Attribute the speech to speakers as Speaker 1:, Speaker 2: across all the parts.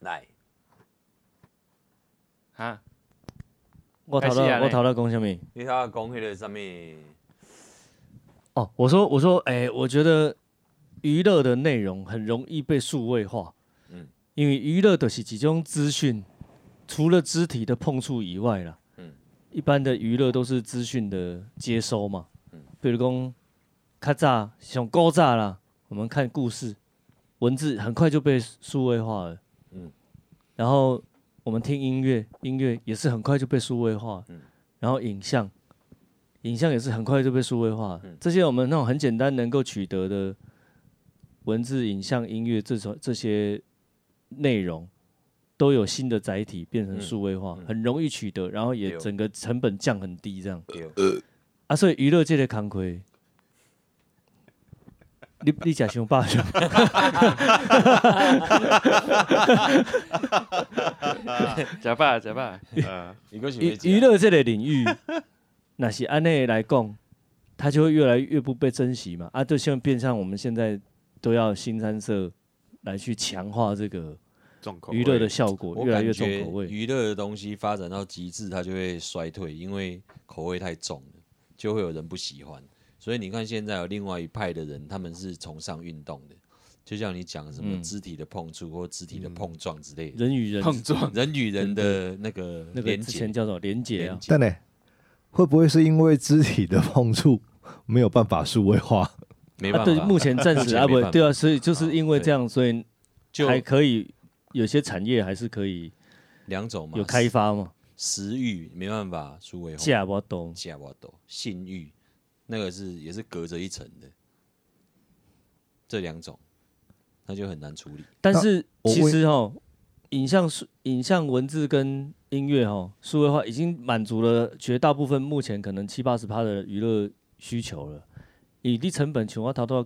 Speaker 1: 来，
Speaker 2: 啊，
Speaker 3: 我讨
Speaker 2: 开始啊
Speaker 3: 论我
Speaker 2: 嘞
Speaker 3: 讨论讲什么？
Speaker 1: 你头讲迄个啥物？
Speaker 3: 哦，我说我说，哎、我觉得娱乐的内容很容易被数位化，
Speaker 1: 嗯
Speaker 3: 嗯，因为娱乐的是几种资讯，除了肢体的碰触以外啦，
Speaker 1: 嗯
Speaker 3: 嗯，一般的娱乐都是资讯的接收嘛，
Speaker 1: 嗯
Speaker 3: 嗯，比如讲，咔嚓，像高炸啦，我们看故事，文字很快就被数位化了，
Speaker 1: 嗯
Speaker 3: 嗯，然后我们听音乐，音乐也是很快就被数位化了，
Speaker 1: 嗯
Speaker 3: 然后影像。影像也是很快就被数位化。
Speaker 1: 嗯
Speaker 3: 这些我们那种很简单能够取得的文字、影像、音乐这种这些内容，都有新的载体变成数位化，
Speaker 1: 嗯嗯
Speaker 3: 很容易取得，然后也
Speaker 1: 对哦呃
Speaker 3: 整个成本降很低，这样
Speaker 1: 对，
Speaker 3: 啊。所以娱乐界的康亏，你你假熊爸熊，
Speaker 2: 假爸假爸，
Speaker 4: 呃，
Speaker 1: 你个是
Speaker 3: 娱娱乐界的领域， 那些按内来供，它就会越来越不被珍惜嘛。啊，就像变相我们现在都要新三色来去强化这个
Speaker 4: 重口
Speaker 3: 娱乐的
Speaker 4: 味
Speaker 3: 效果，
Speaker 1: 我
Speaker 3: 越来
Speaker 1: 感
Speaker 3: 越
Speaker 1: 觉
Speaker 3: 重口味。
Speaker 1: 娱乐的东西发展到极致，它就会衰退，因为口味太重了，就会有人不喜欢。所以你看，现在有另外一派的人，他们是崇尚运动的，就像你讲什么
Speaker 3: 嗯
Speaker 1: 肢体的碰触或肢体的碰撞之类的，
Speaker 3: 人与人
Speaker 2: 碰撞，
Speaker 1: 人与人的那个
Speaker 3: 嗯那个
Speaker 1: 连
Speaker 3: 之前
Speaker 1: 接。
Speaker 3: 叫做连结啊
Speaker 1: 连，结
Speaker 5: 但呢、会不会是因为肢体的碰触没有办法数位化？
Speaker 1: 没
Speaker 3: 啊
Speaker 1: 办
Speaker 3: 对，
Speaker 1: 法，
Speaker 3: 目前暂 时
Speaker 1: 目前没
Speaker 3: 啊不
Speaker 1: 办法
Speaker 3: 对啊，所以就是因为
Speaker 1: 对
Speaker 3: 这样，所以
Speaker 1: 就
Speaker 3: 还可以有些产业还是可以
Speaker 1: 两种嘛，
Speaker 3: 有开发嘛，
Speaker 1: 食欲没办法，苏维
Speaker 3: 价我懂，
Speaker 1: 假瓦斗性欲，那个是也是隔着一层的，这两种，那就很难处理。
Speaker 3: 但是
Speaker 5: 我
Speaker 3: 其
Speaker 5: 问
Speaker 3: 实哈，影像数、影像、文字跟音乐哈，数位化已经满足了绝大部分目前可能七八十趴的娱乐需求了。以低成本，像我头头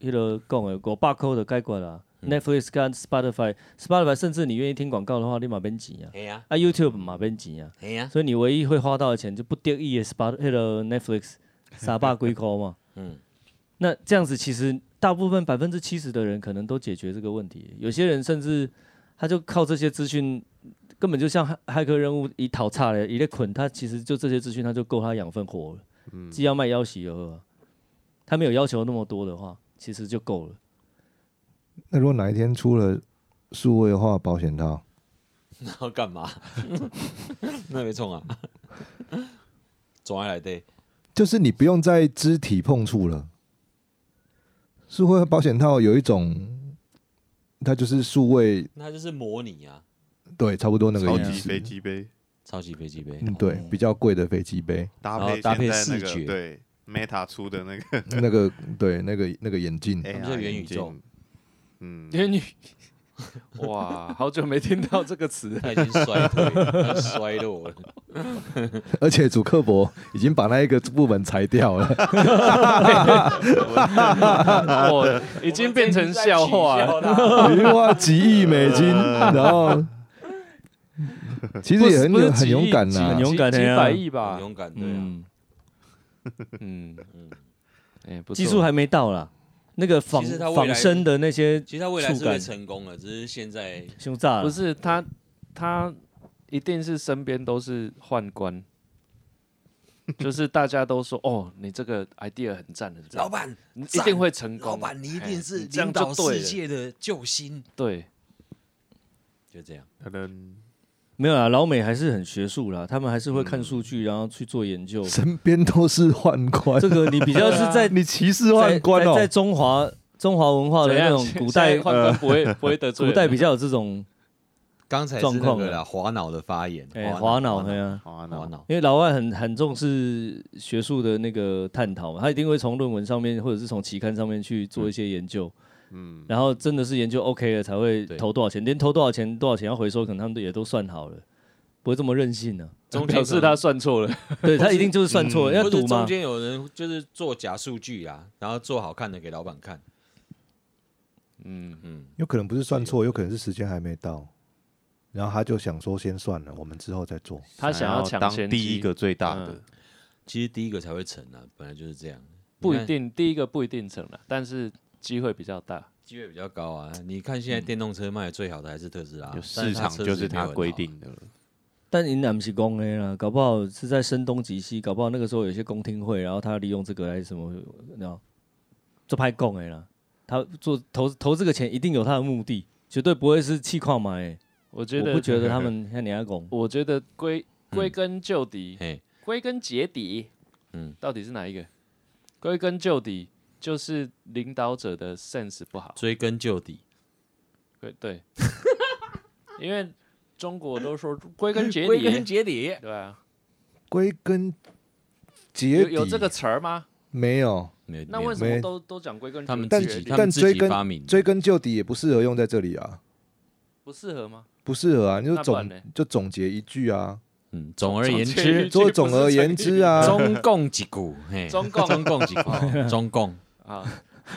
Speaker 3: 迄个讲的，五百块就解决啦。Netflix
Speaker 5: 嗯
Speaker 3: 跟 Spotify，Spotify 甚至你愿意听广告的话，你嘛免钱啊。
Speaker 1: 哎呀，
Speaker 3: 啊，YouTube 嘛免钱啊，
Speaker 1: 哎呀，
Speaker 3: 所以你唯一会花到的钱就不得已的 Spot 迄个 Netflix 三百几块嘛。
Speaker 1: 嗯，
Speaker 3: 那这样子，其实大部分百分之七十的人可能都解决这个问题。有些人甚至他就靠这些资讯，根本就像骇骇客任务一讨差了，一类捆他，其实就这些资讯他就够他养分活了。既要卖要洗而喝啊，他没有要求那么多的话，其实就够了。
Speaker 5: 那如果哪一天出了数位化保险套，
Speaker 1: 然后干嘛？ 那没冲啊，总爱来对，
Speaker 5: 就是你不用再肢体碰触了。数位化保险套有一种，它就是数位，
Speaker 1: 那就是模拟啊，
Speaker 5: 对，差不多那个
Speaker 4: 超
Speaker 5: 意
Speaker 4: 级
Speaker 5: 思。
Speaker 4: 飞机哦杯
Speaker 1: 超级飞机杯，
Speaker 5: 嗯，对，比较贵的飞机 杯，
Speaker 4: 搭
Speaker 1: 然后
Speaker 4: 配
Speaker 1: 搭配
Speaker 4: 现在那
Speaker 1: 视
Speaker 4: 个
Speaker 1: 觉
Speaker 4: 对 Meta 出的那个
Speaker 5: 那个对，那个那个眼镜，
Speaker 4: AR
Speaker 1: 们是哎元宇宙
Speaker 4: 啊眼镜，嗯，
Speaker 2: 天女， 哇，好久没听到这个词了，
Speaker 1: 它已经衰退了，它衰落了。
Speaker 5: 而且主客博已经把那一个部门裁掉了。
Speaker 4: 啊
Speaker 2: 我已经变成笑话 了。
Speaker 1: 了。
Speaker 5: 一万几亿美 金，
Speaker 2: 哎
Speaker 5: 然后其实也很
Speaker 2: 不是不是
Speaker 5: 很
Speaker 2: 几亿
Speaker 5: 勇敢
Speaker 2: 几
Speaker 5: 呐、
Speaker 3: 很勇敢
Speaker 2: 几
Speaker 3: 的呀
Speaker 2: 百亿
Speaker 1: 很
Speaker 2: 吧，
Speaker 1: 勇敢，对啊，
Speaker 3: 嗯，
Speaker 2: 嗯
Speaker 1: 嗯
Speaker 2: 嗯，哎，不错
Speaker 3: 技术还没到啦，那个仿
Speaker 1: 其实他未来
Speaker 3: 仿生的那些
Speaker 1: 其实它未来是
Speaker 3: 触
Speaker 1: 会
Speaker 3: 感
Speaker 1: 成功的，只是现在
Speaker 3: 凶炸
Speaker 2: 不
Speaker 3: 了，
Speaker 2: 是他，他一定是身边都是宦 官，就是大家都说哦，你这个 idea 很赞很赞
Speaker 1: 老，板，
Speaker 2: 你一
Speaker 1: 赞
Speaker 2: 定会成功。
Speaker 1: 老板，你一
Speaker 2: 哎
Speaker 1: 定是
Speaker 2: 这样
Speaker 1: 领
Speaker 2: 就
Speaker 1: 导世
Speaker 2: 对了
Speaker 1: 界的救星，
Speaker 2: 对，
Speaker 1: 就这样。
Speaker 4: 可能
Speaker 3: 没有啦，老美还是很学术啦，他们还是会看数据，然后去做研究。
Speaker 5: 身边都是宦官，
Speaker 3: 这个你比较是在
Speaker 5: 你歧视
Speaker 3: 在
Speaker 5: 宦官哦
Speaker 3: 在在？中华中华文化的
Speaker 2: 怎
Speaker 3: 哦那
Speaker 2: 样
Speaker 3: 种
Speaker 2: 现
Speaker 3: 古
Speaker 2: 现
Speaker 3: 代
Speaker 2: 在宦官不会不会得罪
Speaker 3: 古
Speaker 2: 人，
Speaker 3: 代比较有这种
Speaker 1: 刚才是
Speaker 3: 状
Speaker 1: 那
Speaker 3: 况
Speaker 1: 个啦，
Speaker 3: 了
Speaker 1: 华脑的发言，
Speaker 3: 哎华脑，哎
Speaker 1: 华
Speaker 3: 呀，
Speaker 4: 好
Speaker 1: 华
Speaker 4: 啊，那
Speaker 1: 脑，
Speaker 3: 因为老外很很重视学术的那个探讨嘛，他一定会从论文上面或者是从期刊上面去做一些研究，嗯，然后真的是研究 OK 了才会
Speaker 1: 对
Speaker 3: 投多少钱，连投多少钱多少钱要回收，可能他们都也都算好了，不会这么任性呢、
Speaker 1: 中
Speaker 2: 表
Speaker 1: 间
Speaker 2: 示他算错了，
Speaker 3: 啊。对他一定就是算
Speaker 2: 嗯
Speaker 3: 错了，要
Speaker 1: 不是
Speaker 3: 赌
Speaker 1: 中
Speaker 3: 嘛，
Speaker 1: 间有人就是做假数据啦，然后做好看的给老板看，
Speaker 2: 嗯，
Speaker 1: 嗯，
Speaker 5: 有可能不是算错，有可能是时间还没到，然后他就想说先算了，我们之后再做。
Speaker 2: 他想要抢
Speaker 4: 哦当
Speaker 2: 先
Speaker 4: 第一
Speaker 2: 机
Speaker 4: 个最大的
Speaker 2: 嗯，
Speaker 1: 其实第一个才会成啊，本来就是这样，
Speaker 2: 不
Speaker 1: 你
Speaker 2: 一
Speaker 1: 看
Speaker 2: 定，第一个不一定成了，但是机会比较大。
Speaker 1: 机会比较高啊。你看现在电动车卖的最好的还是特斯拉，
Speaker 4: 有
Speaker 1: 但是
Speaker 4: 市
Speaker 1: 它
Speaker 4: 场
Speaker 1: 车子
Speaker 4: 就是
Speaker 1: 也没有
Speaker 4: 它
Speaker 1: 很
Speaker 4: 规
Speaker 1: 好。啊
Speaker 4: 定的了。
Speaker 3: 但你那不是公 A 啦，搞不好是在声东击西，搞不好那个时候有些公听会，然后他利用这个来什么，那做派公 A 啦。他做投投这个钱一定有他的目的，绝对不会是气矿买。
Speaker 2: 我觉
Speaker 3: 欸我不
Speaker 2: 得，
Speaker 3: 觉得他们像你阿公，
Speaker 2: 我觉得归归根究底，
Speaker 1: 嘿，
Speaker 2: 归根结底，
Speaker 1: 嗯，
Speaker 2: 到底是哪一个？归根究底就是领导者的 sense 不好。
Speaker 1: 追根究底，
Speaker 2: 对对， 因为中国都说归根结底，
Speaker 1: 结底，
Speaker 2: 对啊，
Speaker 5: 归根结
Speaker 2: 有
Speaker 5: 底
Speaker 2: 有这个词儿吗？
Speaker 5: 没有？
Speaker 1: 没有
Speaker 2: 那
Speaker 1: 没有
Speaker 2: 为什么
Speaker 5: 没
Speaker 2: 都都讲归根
Speaker 1: 他们
Speaker 2: 结
Speaker 1: 自
Speaker 5: 但
Speaker 2: 底
Speaker 1: 己，他
Speaker 5: 但
Speaker 1: 们自
Speaker 5: 追
Speaker 1: 己
Speaker 5: 根
Speaker 1: 发
Speaker 2: 嗯
Speaker 1: 明的
Speaker 5: 追根究底也不适合用在这里啊，
Speaker 2: 不适合吗？
Speaker 5: 不适合啊。你就
Speaker 2: 那不然
Speaker 5: 总
Speaker 2: 呢
Speaker 5: 就总结一句啊，
Speaker 1: 嗯，总而言
Speaker 2: 总结
Speaker 1: 之
Speaker 2: 一，
Speaker 5: 就总而言之啊，
Speaker 1: 中共几股，嘿，
Speaker 2: 中共
Speaker 1: 中共几股，哦中共，
Speaker 2: 啊，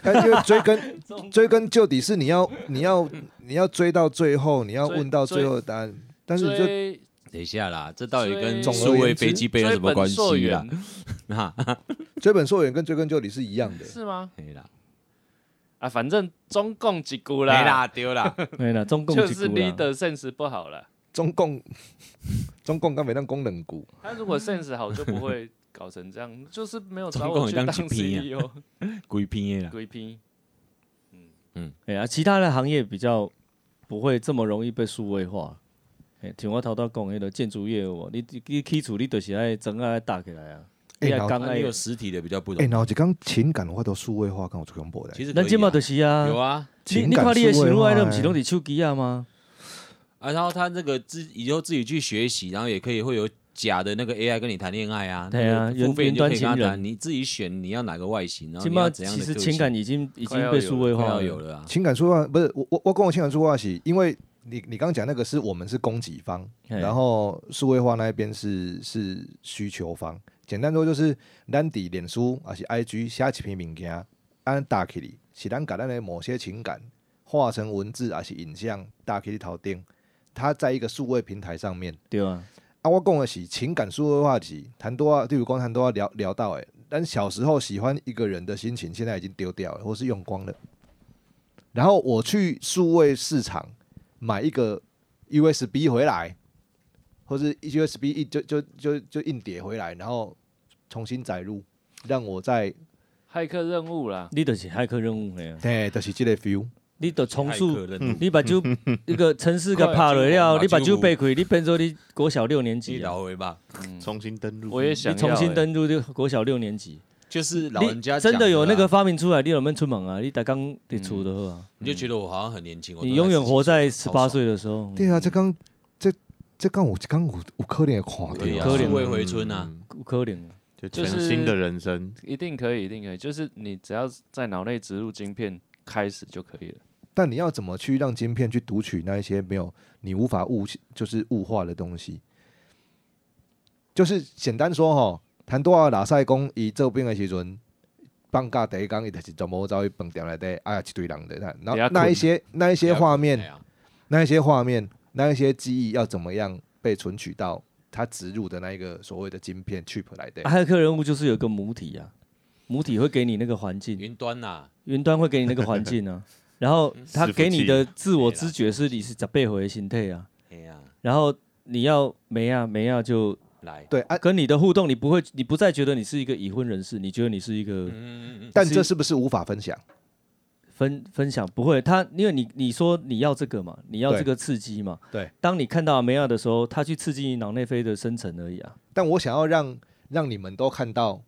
Speaker 5: 但因为哎追根追根究底是你要你要你要追到最后，你要
Speaker 2: 嗯追
Speaker 5: 问到最后的答案，但是你就
Speaker 2: 追
Speaker 1: 等一下啦，这到底跟
Speaker 2: 追
Speaker 1: 数位飞机杯有什么关
Speaker 2: 追
Speaker 1: 系啦
Speaker 2: 本？溯
Speaker 1: 那
Speaker 5: 追本溯源跟追根究底是一样的
Speaker 2: 源。是吗？
Speaker 1: 嘿啦，
Speaker 2: 啊，反正中共几股
Speaker 1: 没
Speaker 2: 啦，
Speaker 1: 啦，丢啦，
Speaker 3: 对啦，中共
Speaker 2: 就
Speaker 3: 一
Speaker 2: 是
Speaker 3: 股啦
Speaker 2: leader sense 不好了。
Speaker 5: 中共中共刚没当功能股，
Speaker 2: 他如果 sense 好，就不会搞成这样，就是没有找
Speaker 1: 中共
Speaker 2: 我去
Speaker 1: 很
Speaker 2: 当
Speaker 1: 像欺 骗
Speaker 2: CEO
Speaker 1: 鬼片 的啦，
Speaker 2: 鬼拼。
Speaker 3: 哎呀，其他的行业比较不会这么容易被数位化。哎，像我头头讲迄个建筑业哦，你你你起厝你就是爱整个搭起来啊，
Speaker 5: 哎
Speaker 3: 你爱
Speaker 5: 老
Speaker 3: 讲
Speaker 1: 那
Speaker 3: 爱
Speaker 1: 你。有实体的比较不
Speaker 5: 哎，
Speaker 1: 容易，
Speaker 5: 然后就刚情感的话都数位化，跟我最恐怖的。
Speaker 1: 其实可以
Speaker 3: 咱
Speaker 1: 啊
Speaker 3: 即嘛就是啊，
Speaker 1: 有啊，
Speaker 3: 你
Speaker 5: 情
Speaker 3: 你
Speaker 5: 感
Speaker 3: 看你的
Speaker 5: 数
Speaker 3: 喜
Speaker 5: 位
Speaker 3: 怒
Speaker 5: 化
Speaker 3: 哀乐不是
Speaker 5: 欸
Speaker 3: 拢伫手机啊吗？
Speaker 1: 啊，然后他那个自以后自己去学习，然后也可以会有假的那个 AI 跟你谈恋爱啊，
Speaker 3: 对啊
Speaker 1: 那个付费
Speaker 3: 云
Speaker 1: 你就可以
Speaker 3: 云端情
Speaker 1: 跟他
Speaker 3: 人
Speaker 1: 谈，你自己选你要哪个外形，然后
Speaker 3: 即
Speaker 1: 你
Speaker 3: 嘛
Speaker 1: 要怎样
Speaker 3: 其
Speaker 1: 的
Speaker 3: 实
Speaker 1: 个
Speaker 3: 情
Speaker 1: 性
Speaker 3: 感已经已经
Speaker 2: 快要
Speaker 3: 被
Speaker 2: 有
Speaker 3: 数
Speaker 2: 了
Speaker 3: 位
Speaker 1: 快
Speaker 3: 化
Speaker 1: 要
Speaker 3: 了
Speaker 1: 有。了啊，
Speaker 5: 情感说话不是我我我跟我情感说话是，因为你你刚刚讲那个是我们是供给方，
Speaker 3: 嘿
Speaker 5: 然后数位化那一边是是需求方。简单说就是，咱伫脸书还是 IG 写一篇物件，按打起哩，是咱把咱的某些情感化成文字还是影像打起哩头顶，它在一个数位平台上面。
Speaker 3: 对啊，
Speaker 5: 啊，我讲的是情感数位化是，谈多啊，例如光谈多啊聊聊到诶、咱小时候喜欢一个人的心情，现在已经丢掉了，或是用光了。然后我去数位市场买一个 USB 回来，或是 USB 一就就就就硬碟回来，然后重新载入，让我在
Speaker 2: 骇客任务啦，
Speaker 3: 你就是骇客任务诶，
Speaker 5: 对，就是这个 feel。
Speaker 3: 你就重
Speaker 1: 骇
Speaker 3: 塑
Speaker 1: 客，任务，
Speaker 3: 你把酒一个城市给拍落了，你把酒背开，你变做你国小六年
Speaker 1: 记
Speaker 3: 级啊，
Speaker 1: 老回吧，
Speaker 4: 重新登录，
Speaker 2: 我也
Speaker 3: 你
Speaker 2: 想
Speaker 3: 重
Speaker 2: 要
Speaker 3: 新
Speaker 2: 欸
Speaker 3: 登入这个国小六年级，
Speaker 1: 就是老人
Speaker 3: 你
Speaker 1: 家
Speaker 3: 真
Speaker 1: 讲
Speaker 3: 的
Speaker 1: 的
Speaker 3: 有那
Speaker 1: 啦
Speaker 3: 个，发明出来，你能不能出门啊？你打刚你出的啊，
Speaker 1: 你就觉得我好像很年轻，我都
Speaker 3: 你永远
Speaker 1: 17
Speaker 3: 活在
Speaker 1: 岁
Speaker 3: 十八，岁的时候，
Speaker 5: 对啊，这刚这这刚我刚我我可怜看
Speaker 1: 好
Speaker 5: 到
Speaker 1: 爽对啊，
Speaker 3: 可怜
Speaker 1: 数位回春啊，
Speaker 4: 嗯，
Speaker 3: 有可能啊。
Speaker 4: 就
Speaker 2: 就
Speaker 4: 全
Speaker 2: 是
Speaker 4: 新的人生，
Speaker 2: 一定可以，一定可以，就是你只要在脑内植入晶片开始就可以了。
Speaker 5: 但你要怎么去让晶片去读取那一些没有你无法物就是物化的东西？就是简单说吼，谈多少拉塞讲伊做兵的时阵，放假第一工伊就是全部走去饭店内底，哎呀一堆人的，那
Speaker 2: 底下困
Speaker 5: 然后那一些那一些画
Speaker 1: 哎
Speaker 5: 面，
Speaker 1: 呀
Speaker 5: 那一些画面，那一些记忆要怎么样被存取到它植入的那一个所谓的晶片 chip 来的？
Speaker 1: 啊
Speaker 3: 骇客任务就是有个母体啊，母体会给你那个环境，
Speaker 1: 云端啊呐，
Speaker 3: 云端会给你那个环境啊， 然后它给你的自我知觉是你是十倍回的心态啊，
Speaker 1: 哎呀，
Speaker 3: 然后你要没啊没啊就
Speaker 1: 来，
Speaker 5: 对啊，
Speaker 3: 跟你的互动，你不会你不再觉得你是一个已婚人士，你觉得你是一个
Speaker 1: 嗯嗯嗯，
Speaker 5: 但这是不是无法分享？
Speaker 3: 分分享不会，他因为你你说你要这个嘛，你要
Speaker 5: 对
Speaker 3: 这个刺激嘛，
Speaker 5: 对，
Speaker 3: 当你看到阿梅啊亚的时候，他去刺激你脑内啡的生成而已啊，
Speaker 5: 但我想要让让你们都看到，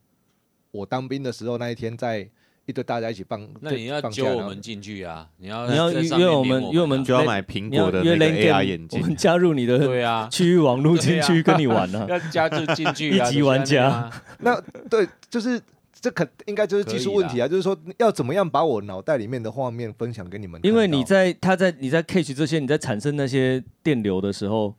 Speaker 5: 我当兵的时候那一天在一堆大家一起放，
Speaker 1: 那你要
Speaker 5: 放
Speaker 1: 揪
Speaker 5: 假
Speaker 1: 我
Speaker 5: 然后
Speaker 1: 们进去啊，你要
Speaker 3: 你要
Speaker 1: 在
Speaker 3: 约
Speaker 1: 上面
Speaker 3: 约我
Speaker 1: 连
Speaker 3: 们约我们
Speaker 1: 啊
Speaker 4: 就要买苹
Speaker 3: 你
Speaker 4: 果
Speaker 3: 要
Speaker 4: 的
Speaker 3: 约
Speaker 4: 嗯那个
Speaker 3: Len
Speaker 4: AR
Speaker 3: Game，
Speaker 4: 眼
Speaker 3: 我们
Speaker 4: 镜，
Speaker 3: 加入你 的
Speaker 1: 对 啊，
Speaker 3: 区域网络进去跟你玩啊，
Speaker 1: 要加就进去啊，
Speaker 3: 一级玩家
Speaker 1: 就在那边啊，
Speaker 5: 那对，就是这可应该就是技术问题啊，就是说要怎么样把我脑袋里面的画面分享给你们看到，
Speaker 3: 因为你在它在你在 catch 这些，你在产生那些电流的时候，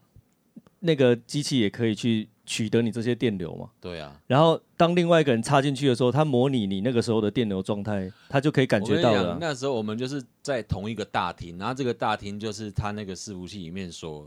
Speaker 3: 那个机器也可以去取得你这些电流嘛。
Speaker 1: 对啊。
Speaker 3: 然后当另外一个人插进去的时候，它模拟你那个时候的电流状态，它就可以感
Speaker 1: 我
Speaker 3: 觉
Speaker 1: 跟你
Speaker 3: 到
Speaker 1: 讲，
Speaker 3: 了啊。
Speaker 1: 那时候我们就是在同一个大厅，然后这个大厅就是他那个伺服器里面所